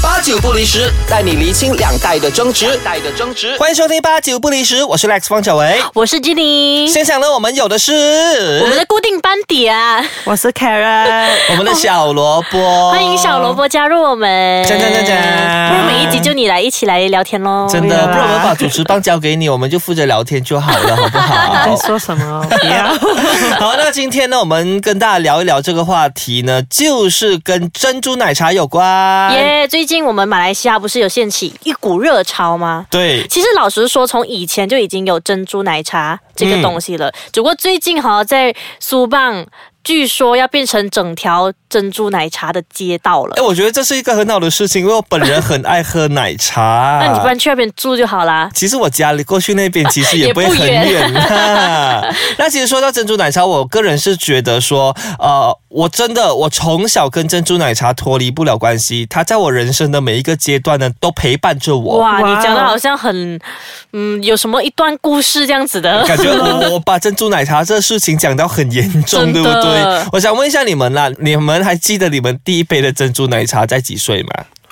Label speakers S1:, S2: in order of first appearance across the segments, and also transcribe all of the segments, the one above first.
S1: 八九不离十，带你厘清两代的争执。
S2: 代的争执。
S1: 欢迎收听八九不离十，我是 Lex 方小维。
S3: 我是吉林，
S1: 现场呢，我们有的是
S3: 我们的固定班底啊，
S4: 我是 Karen，
S1: 我们的小萝卜，
S3: 欢迎小萝。卜加入我们。
S1: 赞赞赞赞
S3: 不如每一集就你来一起来聊天喽。
S1: 真的，
S4: 对啦
S1: 不然我们把主持棒交给你，我们就负责聊天就好了，好不
S4: 在
S1: 好？
S4: 说什么？不要，
S1: 好，那今天呢，我们跟大家聊一聊这个话题呢，就是跟珍珠奶茶有关。
S3: 耶最近我们马来西亚不是有掀起一股热潮吗？
S1: 对，
S3: 其实老实说，从以前就已经有珍珠奶茶这个东西了，只不过最近好像在苏棒，据说要变成整条珍珠奶茶的街道了
S1: 哎、。我觉得这是一个很好的事情，因为我本人很爱喝奶茶。
S3: 那你不然去那边住就好啦。
S1: 其实我家里过去那边其实也
S3: 也
S1: 不
S3: 不
S1: 会很
S3: 远
S1: 远 啊。那其实说到珍珠奶茶，我个人是觉得说，呃，我真的我从小跟珍珠奶茶脱离不了关系，它在我人生的每一个阶段呢，都陪伴着我。
S3: 哇，
S4: 哇哦
S3: 你讲的好像很，嗯，有什么一段故事这样子的。
S1: 感觉我我把珍珠奶茶这事情讲到很严重，
S3: 真
S1: 对
S3: 的
S1: 不 对？我想问一下你们啦，你们还记得你们第一杯的珍珠奶茶在几岁吗？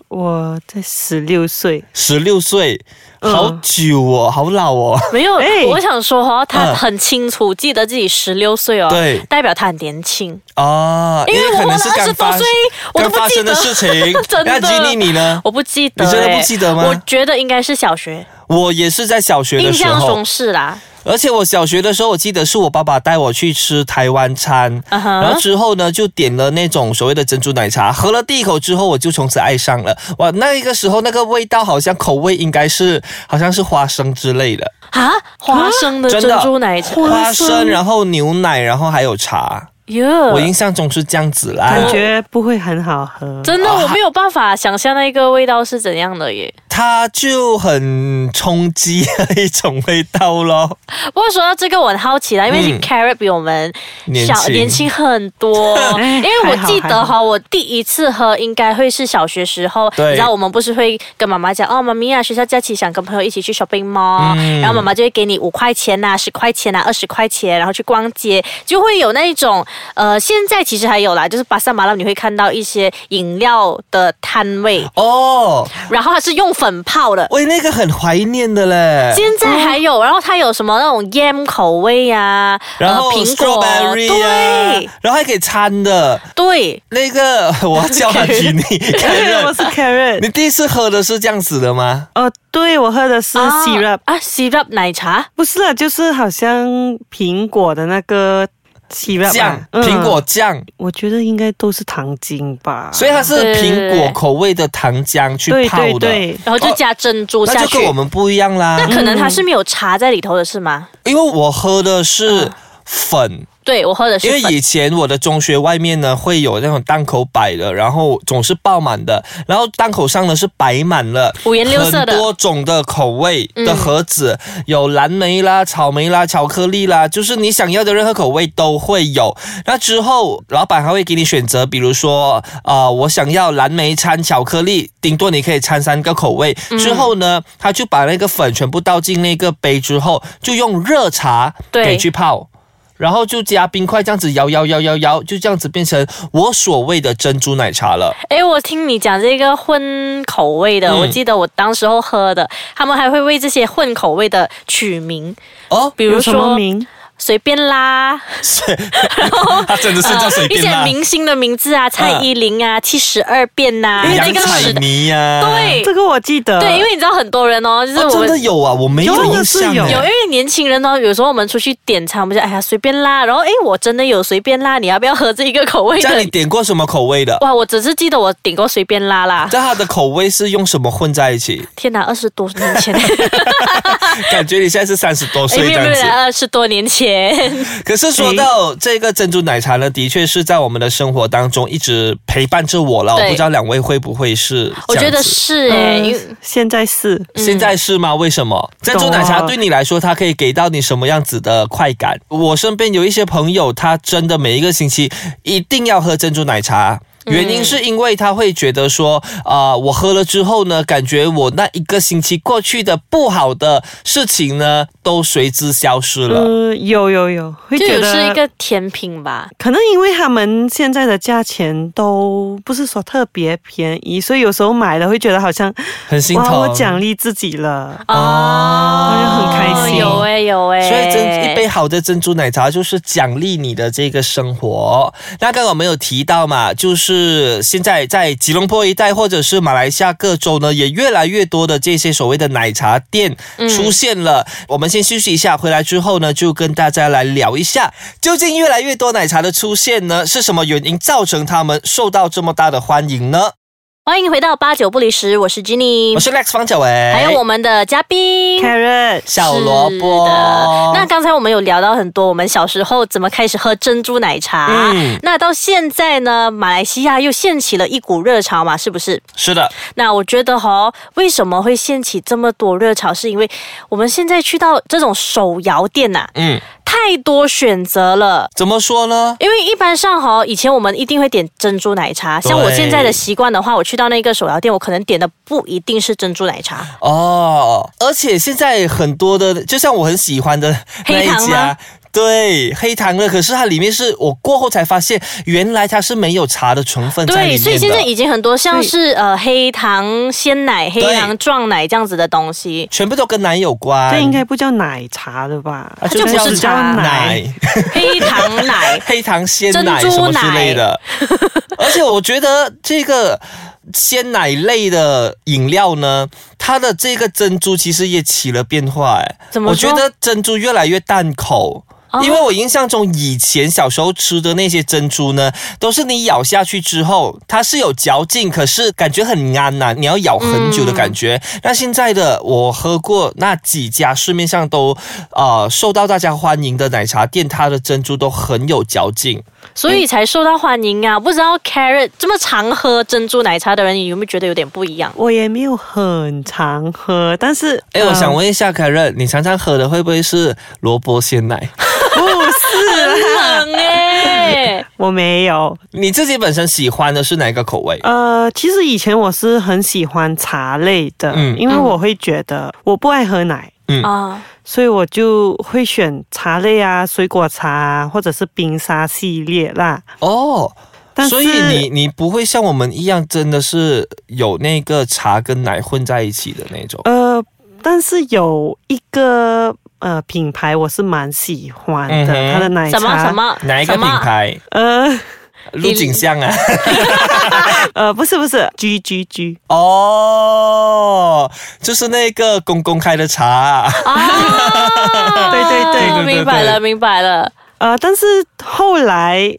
S4: 我在十六岁，
S1: 十六岁，
S4: 嗯
S1: 好久哦，好老哦。
S3: 没有，
S4: 哎
S3: 我想说哈、哦，他
S1: 嗯
S3: 很清楚、记得自己十六岁哦，
S1: 对
S3: 代表他很年轻，
S1: 啊，
S3: 因为我
S1: 可
S3: 活
S1: 能
S3: 了
S1: 是
S3: 二
S1: 刚
S3: 十
S1: 发
S3: 多岁，我都
S1: 刚
S3: 不
S1: 发
S3: 记
S1: 生
S3: 得
S1: 的。事情。
S3: 真的
S1: 那吉妮你呢？
S3: 我不记得、
S1: 你真的
S3: 哎
S1: 不记得吗
S3: 我觉得应该是小学，
S1: 我也是在小学的
S3: 印
S1: 时
S3: 象
S1: 候
S3: 中，是啦。
S1: 而且我小学的时候，我记得是我爸爸带我去吃台湾餐。
S3: 嗯
S1: 然后
S3: 哼，
S1: 之后呢，就点了那种所谓的珍珠奶茶，喝了第一口之后，我就从此爱上了。哇，那一个时候那个味道好像口味应该是好像是花生之类的，
S3: 啊，花生的
S1: 真
S3: 珍
S1: 的
S3: 珠奶茶，
S1: 花生，然后牛奶，然后还有茶。
S3: 哟
S1: 我印象中是这样子啦。
S4: 感觉不会很好喝。，
S3: 真
S1: 啊
S3: 的我没有办法想象那个味道是怎样的耶。
S1: 它就很冲击的一种味道咯，
S3: 不过说到这个，我很好奇啦，因为
S1: 嗯
S3: Carrot 比我们
S1: 年
S3: 小
S1: 轻
S3: 年轻很 多
S4: 哎
S3: 因为我
S4: 还好
S3: 记
S4: 还
S3: 得
S4: 好
S3: 哈，我第一次喝应该会是小学时候，
S1: 对
S3: 你知道我们不是会跟妈妈讲哦，妈咪啊，学校假期想跟朋友一起去 shopping mall，、
S1: 嗯
S3: 然后妈妈就会给你五块钱呐、十块钱呐、啊二十块钱，然后去逛街，就会有那一种呃，现在其实还有啦，就是巴萨马拉你会看到一些饮料的摊位，
S1: 哦，
S3: 然后它是用粉泡的。
S1: 喂，那个很怀念的嘞。
S3: 现在还有，然后它有什么那种烟口味呀、啊，
S1: 哦然后
S3: 呃苹果，
S1: strawberry 啊
S3: 对，
S1: 然后还可以掺的
S3: 对，
S1: 那个，我要叫他吉尼
S4: 对，我是 Karen。
S1: 你第一次喝的是这样子的吗？
S4: 哦，对，我喝的是
S3: 啊
S4: syrup，
S3: 啊，syrup 奶茶，
S4: 不是啦，就是好像苹果的那个
S3: 啊
S4: syrup
S1: 酱
S4: 吧，嗯
S1: 苹果酱，
S4: 我觉得应该都是糖精吧。
S1: 所以它是
S3: 对对
S1: 苹
S3: 对
S1: 果口味的糖浆去
S4: 对
S1: 泡
S4: 对
S1: 的，
S4: 对，
S3: 然后就加珍珠
S1: 哦那
S3: 下
S1: 就
S3: 去
S1: 跟。我们不一样啦
S3: 那。可能它是没有茶在里头的是吗？
S1: 因为我喝的是
S3: 嗯
S1: 粉，
S3: 对，我喝的是
S1: 因为
S3: 粉。
S1: 以前我的中学外面呢会有那种档口摆的，然后总是爆满的，然后档口上呢是摆满了
S3: 五颜六色的嗯
S1: 很多种的口味的盒子，有蓝莓啦、草莓啦、巧克力啦，就是你想要的任何口味都会有。那之后老板还会给你选择，比如说呃，我想要蓝莓掺巧克力，顶多你可以掺三个口味。
S3: 嗯
S1: 之后呢，他就把那个粉全部倒进那个杯之后，就用热茶
S3: 对
S1: 给去泡。然后就加冰块，这样子摇摇摇摇摇，就这样子变成我所谓的珍珠奶茶了。
S3: 哎，我听你讲这个混口味的，
S1: 嗯
S3: 我记得我当时候喝的，他们还会为这些混口味的取名，
S1: 哦，
S3: 比
S4: 有
S3: 如
S4: 什么
S3: 说
S4: 名？
S3: 随便啦，哦
S1: 它真的是叫随
S3: 一
S1: 便
S3: 些
S1: 啦，嗯
S3: 明星的名字啊，蔡依林啊，七十二变呐，因为
S1: 哎杨
S3: 这个
S1: 采
S3: 时
S1: 妮呀、
S3: 对
S4: 这个我记得。
S3: 对，因为你知道很多人哦，就是
S1: 哦，
S3: 我
S1: 真
S3: 们
S1: 的有啊，我没有
S4: 有
S1: 印象
S4: 有
S1: 哎
S4: 是
S3: 有，因为年轻人呢，有时候我们出去点餐，我们就哎呀随便啦，然后哎我真的有随便啦，你要不要喝这一个口味
S1: 像
S3: 的
S1: 你？点过什么口味的？
S3: 哇，我只是记得我点过随便啦啦，
S1: 这它的口味是用什么混在一 起？
S3: 天哪，二十多年前，
S1: 感觉你现在是三十多
S3: 哎
S1: 岁这
S3: 没有
S1: 样
S3: 没哎有，
S1: 子。
S3: 二十多年前，
S1: 可是说到这个珍珠奶茶呢，的确是在我们的生活当中一直陪伴着我了。我
S3: 对
S1: 不知道两位会不会是？
S3: 我觉得。是哎，因为
S4: 呃，现在是
S1: 现在是吗？为什么珍珠奶茶对你来说，它可以给到你什么样子的快感？我身边有一些朋友，他真的每一个星期一定要喝珍珠奶茶，原因是因为他会觉得说，啊、我喝了之后呢，感觉我那一个星期过去的不好的事情呢，都随之消失了。
S4: 嗯，有有有，会
S3: 就
S4: 觉
S3: 有是一
S4: 得
S3: 个甜品吧。
S4: 可能因为他们现在的价钱都不是说特别便宜，所以有时候买了会觉得好像
S1: 很心
S4: 哇，
S1: 疼。
S4: 我奖励自己了。
S1: 哦
S3: 哦，
S4: 那就很开心
S3: 有哎、有哎、
S1: 所以珍一杯好的珍珠奶茶就是奖励你的这个生活。那刚刚我们有提到嘛，就是现在在吉隆坡一带或者是马来西亚各州呢，也越来越多的这些所谓的奶茶店出现了。我们先休息一下，回来之后呢，就跟大家来聊一下，究竟越来越多奶茶的出现呢，是什么原因造成他们受到这么大的欢迎呢？
S3: 欢迎回到八九不离十，我是哎 Jenny，
S1: 我是 Lex 方小维，
S3: 嗯还有我们的嘉宾
S4: Carrot，
S1: 小萝卜
S3: 是的。那刚才我们有聊到很多，我们小时候怎么开始喝珍珠奶茶。
S1: 嗯
S3: 那到现在呢，马来西亚又掀起了一股热潮嘛，是不是？
S1: 是的，
S3: 那我觉得哈、为什么会掀起这么多热潮，是因为我们现在去到这种手摇店呐、
S1: 嗯，
S3: 太多选择了。
S1: 怎么说呢？
S3: 因为一般上哈，以前我们一定会点珍珠奶茶。像
S1: 对
S3: 我现在的习惯的话，我去到那个手摇店，我可能点的不一定是珍珠奶茶。
S1: 哦，而且现在很多的，就像我很喜欢的那
S3: 黑
S1: 一
S3: 糖
S1: 家
S3: 吗。
S1: 对黑糖的，可是它里面是我过后才发现，原来它是没有茶的成分在里
S3: 对，
S1: 面的。
S3: 所以现在已经很多像是呃黑糖鲜奶、黑糖撞奶这样子的 东西，
S1: 全部都跟奶有关。
S4: 这应该不叫奶茶的吧？
S1: 啊
S3: 就不
S1: 叫
S3: 是
S4: 茶
S1: 奶、
S3: 黑 糖奶
S1: 黑糖鲜奶什
S3: 珍珠
S1: 么
S3: 奶
S1: 之类 的。而且我觉得这个鲜奶类的饮料呢，它的这个珍珠其实也起了变化。哎，
S3: 怎么
S1: 我觉
S3: 说
S1: 得珍珠越来越淡口。
S3: 哦
S1: 因为我印象中，以前小时候吃的那些珍珠呢，都是你咬下去之后，它是有嚼劲，可是感觉很干呐、你要咬很久的感觉。
S3: 嗯
S1: 那现在的我喝过那几家市面上都呃受到大家欢迎的奶茶店，它的珍珠都很有嚼劲。
S3: 所以才受到欢迎啊。不知道 Carrot 这么常喝珍珠奶茶的人，你有没有觉得有点不 一样？
S4: 我也没有很常喝，但是
S1: 哎，我想
S4: 呃
S1: 问一下凯瑞，你常常喝的会不会是萝卜鲜奶？
S3: 很冷哎、
S4: 呃我没有。
S1: 你自己本身喜欢的是哪一个口味？
S4: 呃，其实以前我是很喜欢茶类的，
S1: 嗯
S4: 因为我会觉得我不爱喝奶，
S3: 啊，
S4: 所以我就会选茶类啊、水果茶啊或者是冰沙系列啦。
S3: 呃
S1: 哦，
S4: 但是
S1: 所以你你不会像我们一样，真的是有那个茶跟奶混在一起的那种。
S4: 呃，但是有一个呃品牌我是蛮喜欢的，
S1: 嗯哼
S4: 它的奶茶
S3: 什么什么
S1: 哪一个
S3: 什
S1: 品
S3: 么
S1: 牌？
S4: 呃
S1: 陆景香啊？
S4: 呃不是不是 G G G
S1: 哦，就是那个公公开的茶。
S3: 啊？
S4: 对对对
S1: 对
S4: 对
S1: 对
S3: 明白了明白了，
S4: 呃，但是后来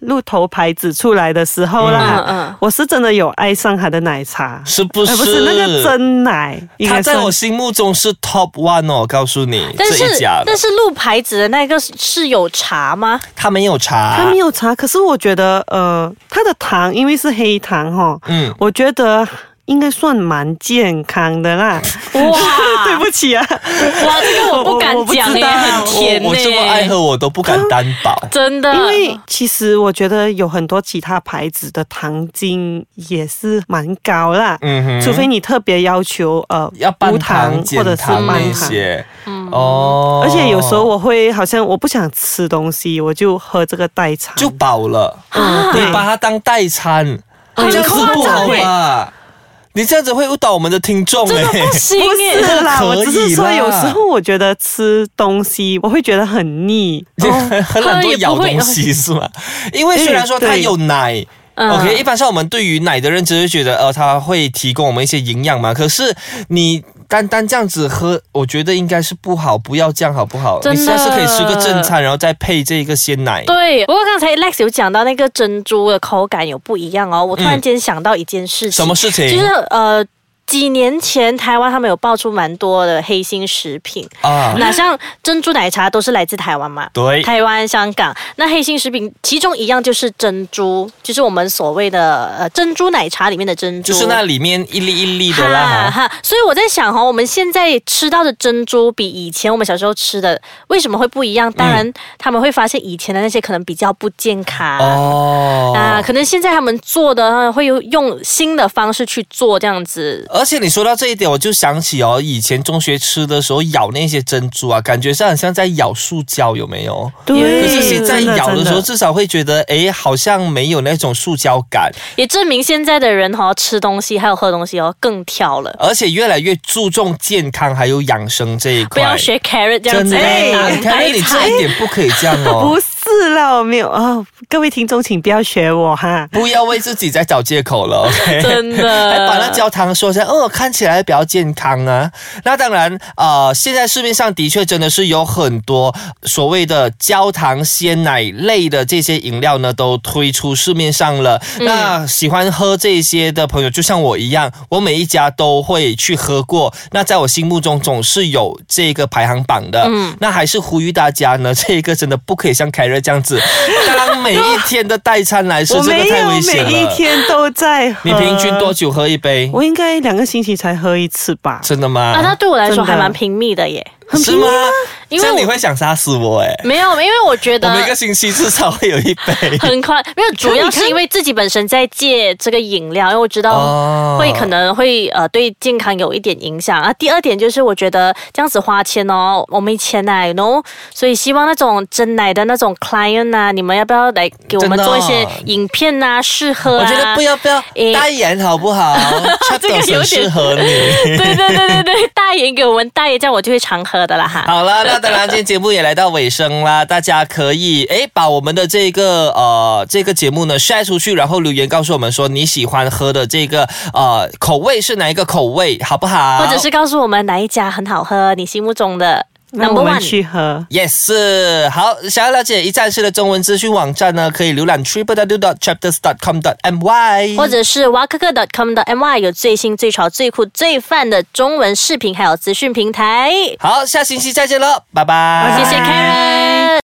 S4: 鹿头牌子出来的时候
S3: 嗯
S4: 啦，
S3: 嗯。
S4: 我是真的有爱上它的奶茶。
S1: 是不
S4: 呃
S1: 是？
S4: 不是那个真奶，应
S1: 他
S4: 该
S1: 在
S4: 算
S1: 我心目中是 top one 哦，告诉你
S3: 但
S1: 这一
S3: 是
S1: 家的
S3: 但是路牌子的那个是是有茶吗？
S1: 他没有茶，啊
S4: 它没有茶，可是我觉得呃，它的糖因为是黑糖哦哈，
S1: 嗯，
S4: 我觉得应该算蛮健康的 啦。
S3: 哇，
S4: 对不起啊，
S3: 哇，这个我不敢
S4: 我我不知
S3: 讲耶，
S4: 道
S3: 很甜欸
S1: 我我这么
S3: 耶
S1: 爱喝，我都不敢担保。
S3: 真的，
S4: 因为其实我觉得有很多其他牌子的糖精也是蛮高啦，
S1: 嗯哼，
S4: 除非你特别要求呃
S1: 要
S4: 无
S1: 半糖、
S4: 糖或
S1: 减
S4: 者是
S1: 糖
S4: 半
S1: 那
S4: 糖。嗯
S1: 些。哦，
S4: 而且有时候我会好像我不想吃东西，我就喝这个代茶。
S1: 就饱了，
S4: 嗯
S1: 你
S4: 对
S1: 把它当代餐，
S3: 很
S1: 这样子不好
S3: 哦夸张
S1: 吧？你这样子会误导我们的听众
S3: 真的
S1: 哎
S3: 不。行
S4: 不
S3: 耶，
S4: 是啦，
S1: 可以啦
S4: 我只是说有时候我觉得吃东西我会觉得很腻，
S1: 就 很懒惰咬东西是 吗？因为虽然说它
S4: 对
S1: 有奶。
S3: 嗯
S1: OK，一般上我们对于奶的认知就觉得，呃，它会提供我们一些营养嘛。可是你单单这样子喝，我觉得应该是不好，不要这样好不好？
S3: 真
S1: 你
S3: 的
S1: 下次可以吃个正餐，然后再配这个鲜奶。
S3: 对，不过刚才 Lex 有讲到那个珍珠的口感有不一样哦，我突然间想到一件事情，
S1: 嗯什么事情？
S3: 就是呃。几年前台湾他们有爆出蛮多的黑心食品，
S1: 啊，哎
S3: 那像珍珠奶茶都是来自台湾嘛？
S1: 对
S3: 台湾、香港。那黑心食品其中一样就是珍珠，就是我们所谓的呃珍珠奶茶里面的珍珠，
S1: 就是那里面一粒一粒的啦。哈
S3: 哈。所以我在想哦，我们现在吃到的珍珠比以前我们小时候吃的为什么会不一样？当
S1: 嗯
S3: 然他们会发现以前的那些可能比较不健康。
S1: 哦，
S3: 啊，可能现在他们做的呃会有用新的方式去做这样子，
S1: 而且你说到这一点，我就想起哦，以前中学吃的时候咬那些珍珠啊，感觉上很像在咬塑胶，有没有？
S4: 对，
S1: 可是现在
S4: 真
S1: 咬的时候，
S4: 真
S1: 至少会觉得，哎，好像没有那种塑胶感，
S3: 也证明现在的人哈、哦、吃东西还有喝东西哦更挑了。
S1: 而且越来越注重健康还有养生这一
S3: 不
S1: 块。
S3: 要学 carrot 这样
S1: 真
S3: 子，
S1: 的，
S3: 哎
S1: 你看你这一点不可以这样哦
S4: 不，是啦，我没有哦，各位听众请不要学我哈。
S1: 不要为自己再找借口了，OK？
S3: 真的
S4: 呃
S1: 还哎把那焦糖说一下，哦，看起来比较健康啊。那当然，呃，现在市面上的确真的是有很多所谓的焦糖鲜奶类的这些饮料呢，都推出市面上了。
S4: 嗯
S1: 那喜欢喝这些的朋友，就像我一样，我每一家都会去喝过。那在我心目中总是有这个排行榜的。嗯，那还是呼吁大家呢， 这个真的不可以像凯瑞这样 子，当每一天的代餐来吃，
S4: 我
S1: 这个
S4: 没
S1: 太
S4: 有
S1: 危险了。
S4: 每一天都在喝。
S1: 你平均多？久喝一杯？
S4: 我应该两个星期才喝一次吧。
S1: 真的吗？
S3: 啊，那对我来说
S4: 真的
S3: 还蛮平密的耶。
S1: 是吗？
S3: 啊因为
S1: 这样
S3: 我
S1: 你会想杀死我哎、
S3: 没有，因为我觉
S1: 我每个
S3: 得。
S1: 星期至少会有一杯
S3: 很快，没有，主要是因为自己本身在戒这个饮料，因为我知道
S1: 哦
S3: 会可能会呃对健康有一点影响啊。第二点就是我觉得这样子花钱哦，我没钱呐、然后所以希望那种真奶的那种 client 啊，你们要不要来给我们
S1: 真的哦
S3: 做一些影片呐、试喝
S1: 我
S3: 啊？
S1: 觉得不要不要
S3: 诶
S1: 代言好不 好？恰
S3: 这个
S1: 到
S3: 有
S1: 很
S3: 点
S1: 适合你。
S3: 对对对对对，大爷给我们大爷，这样我就会常喝的啦哈。
S1: 好了，那当然，今天节目也来到尾声啦，大家可以诶把我们的这个呃这个节目呢晒出去，然后留言告诉我们说你喜欢喝的这个呃口味是哪一个口味，好不好？
S3: 或者是告诉我们哪一家很好喝，你心目中的
S4: 那
S3: number
S4: 我们
S3: one。
S4: 去喝。
S1: Yes，好，想要了解一站式的中文资讯网站呢，可以浏览 triple w dot chapters dot com dot my，
S3: 或者是 w a k a k c o m 的 my 有最新、最潮、最酷、最范的中文视频，还有资讯平台。
S1: 好，下星期再见喽，拜拜，
S3: 谢谢 Karen。